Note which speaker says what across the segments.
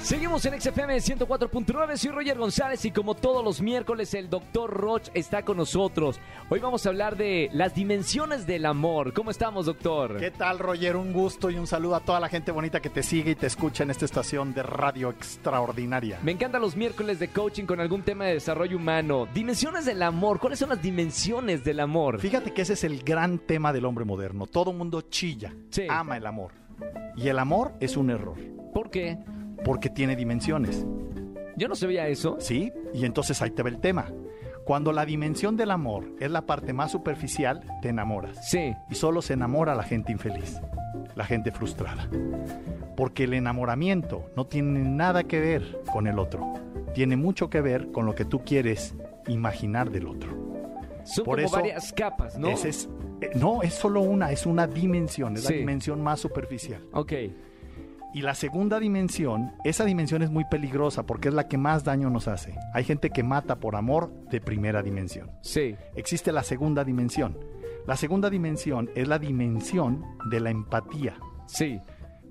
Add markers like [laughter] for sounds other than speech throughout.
Speaker 1: Seguimos en XFM 104.9, soy Roger González y como todos los miércoles el doctor Roch está con nosotros. Hoy vamos a hablar de las dimensiones del amor. ¿Cómo estamos, doctor?
Speaker 2: ¿Qué tal, Roger? Un gusto y un saludo a toda la gente bonita que te sigue y te escucha en esta estación de radio extraordinaria.
Speaker 1: Me encantan los miércoles de coaching con algún tema de desarrollo humano. Dimensiones del amor, ¿cuáles son las dimensiones del amor?
Speaker 2: Fíjate que ese es el gran tema del hombre moderno. Todo mundo chilla,
Speaker 1: Sí.
Speaker 2: ama el amor. Y el amor es un error,
Speaker 1: ¿Por qué?
Speaker 2: porque tiene dimensiones.
Speaker 1: Yo no sabía eso.
Speaker 2: ¿Sí? Y entonces ahí te ve el tema. Cuando la dimensión del amor es la parte más superficial, te enamoras.
Speaker 1: Sí.
Speaker 2: y solo se enamora la gente infeliz, la gente frustrada. Porque el enamoramiento no tiene nada que ver con el otro, tiene mucho que ver con lo que tú quieres imaginar del otro.
Speaker 1: Son
Speaker 2: Por
Speaker 1: como
Speaker 2: eso-
Speaker 1: varias capas, ¿no?
Speaker 2: Ese es- eh, no, es solo una, es una dimensión, es
Speaker 1: Sí.
Speaker 2: la dimensión más superficial.
Speaker 1: Ok.
Speaker 2: Y la segunda dimensión, esa dimensión es muy peligrosa porque es la que más daño nos hace. Hay gente que mata por amor de primera dimensión.
Speaker 1: Sí.
Speaker 2: Existe la segunda dimensión. La segunda dimensión es la dimensión de la empatía.
Speaker 1: Sí.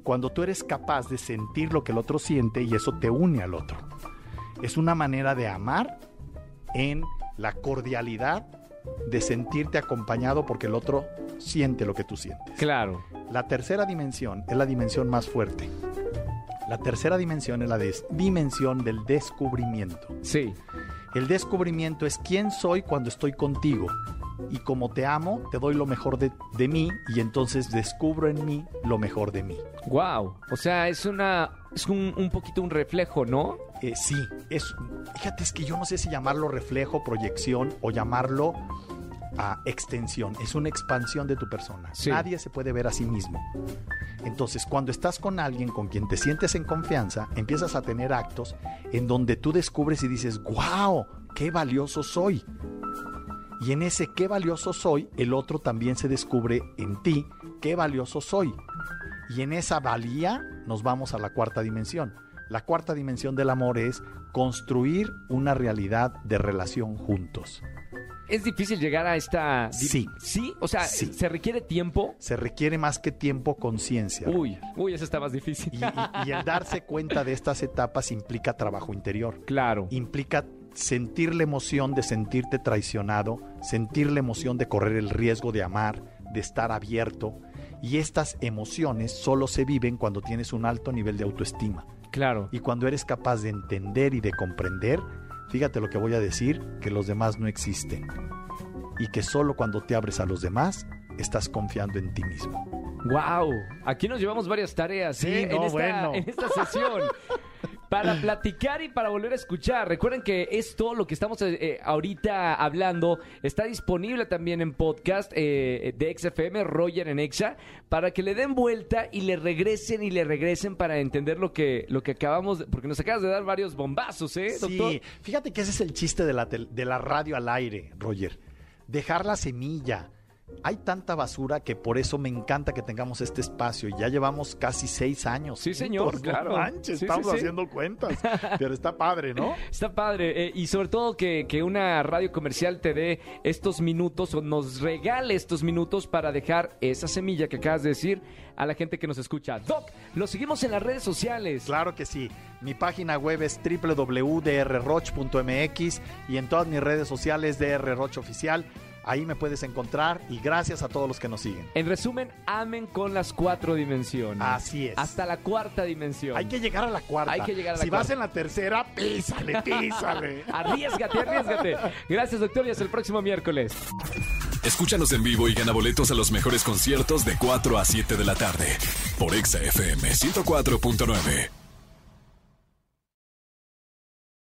Speaker 2: cuando tú eres capaz de sentir lo que el otro siente y eso te une al otro. Es una manera de amar en la cordialidad de sentirte acompañado porque el otro siente lo que tú sientes.
Speaker 1: Claro.
Speaker 2: La tercera dimensión es la dimensión más fuerte. La tercera dimensión es la des- dimensión del descubrimiento.
Speaker 1: Sí.
Speaker 2: El descubrimiento es quién soy cuando estoy contigo. Y como te amo, te doy lo mejor de, de mí y entonces descubro en mí lo mejor de mí.
Speaker 1: Wow. O sea, es una. Es un, un poquito un reflejo, ¿no?
Speaker 2: Eh, sí, es, fíjate, es que yo no sé si llamarlo reflejo, proyección o llamarlo ah, extensión. Es una expansión de tu persona.
Speaker 1: Sí.
Speaker 2: Nadie se puede ver a sí mismo. Entonces, cuando estás con alguien con quien te sientes en confianza, empiezas a tener actos en donde tú descubres y dices, wow, qué valioso soy. Y en ese qué valioso soy, el otro también se descubre en ti qué valioso soy. Y en esa valía nos vamos a la cuarta dimensión. La cuarta dimensión del amor es construir una realidad de relación juntos.
Speaker 1: Es difícil llegar a esta. di-
Speaker 2: Sí.
Speaker 1: Sí. O sea,
Speaker 2: Sí.
Speaker 1: se requiere tiempo.
Speaker 2: Se requiere más que tiempo conciencia.
Speaker 1: Uy, uy, eso está más difícil.
Speaker 2: Y, y- y el darse cuenta de estas etapas implica trabajo interior.
Speaker 1: Claro.
Speaker 2: Implica sentir la emoción de sentirte traicionado, sentir la emoción de correr el riesgo de amar, de estar abierto. Y estas emociones solo se viven cuando tienes un alto nivel de autoestima.
Speaker 1: Claro.
Speaker 2: Y cuando eres capaz de entender y de comprender, fíjate lo que voy a decir, que los demás no existen. Y que solo cuando te abres a los demás, estás confiando en ti mismo.
Speaker 1: Wow. Aquí nos llevamos varias tareas.
Speaker 2: Sí,
Speaker 1: ¿eh? en,
Speaker 2: no,
Speaker 1: esta,
Speaker 2: bueno.
Speaker 1: en esta sesión. Para
Speaker 2: [laughs]
Speaker 1: platicar y para volver a escuchar. Recuerden que esto, lo que estamos eh, eh, ahorita hablando, está disponible también en podcast eh, de XFM, Roger en Exa, para que le den vuelta y le regresen y le regresen para entender lo que, lo que acabamos, de- porque nos acabas de dar varios bombazos, ¿eh, doctor?
Speaker 2: Sí, fíjate que ese es el chiste de la, tel- de la radio al aire, Roger. Dejar la semilla. Hay tanta basura que por eso me encanta que tengamos este espacio. Ya llevamos casi seis años.
Speaker 1: Sí, señor,
Speaker 2: juntos. No
Speaker 1: claro.
Speaker 2: manches,
Speaker 1: Sí, sí,
Speaker 2: estamos
Speaker 1: sí.
Speaker 2: haciendo cuentas. Pero está padre,
Speaker 1: [laughs]
Speaker 2: ¿no?
Speaker 1: Está padre, eh, y sobre todo que, que una radio comercial te dé estos minutos o nos regale estos minutos para dejar esa semilla que acabas de decir a la gente que nos escucha. Doc, lo seguimos en las redes sociales.
Speaker 2: Claro que sí. Mi página web es www.drroch.mx y en todas mis redes sociales drroch oficial. Ahí me puedes encontrar y gracias a todos los que nos siguen.
Speaker 1: En resumen, amen con las cuatro dimensiones.
Speaker 2: Así es.
Speaker 1: Hasta la cuarta dimensión.
Speaker 2: Hay que llegar a la cuarta.
Speaker 1: Hay que llegar a la
Speaker 2: si vas
Speaker 1: cuarta.
Speaker 2: en la tercera, písale,
Speaker 1: [laughs]
Speaker 2: písale.
Speaker 1: Arriesgate, arriesgate. Gracias, doctor, y hasta el próximo miércoles.
Speaker 3: Escúchanos en vivo y gana boletos a los mejores conciertos de 4 a 7 de la tarde por Exa FM 104.9.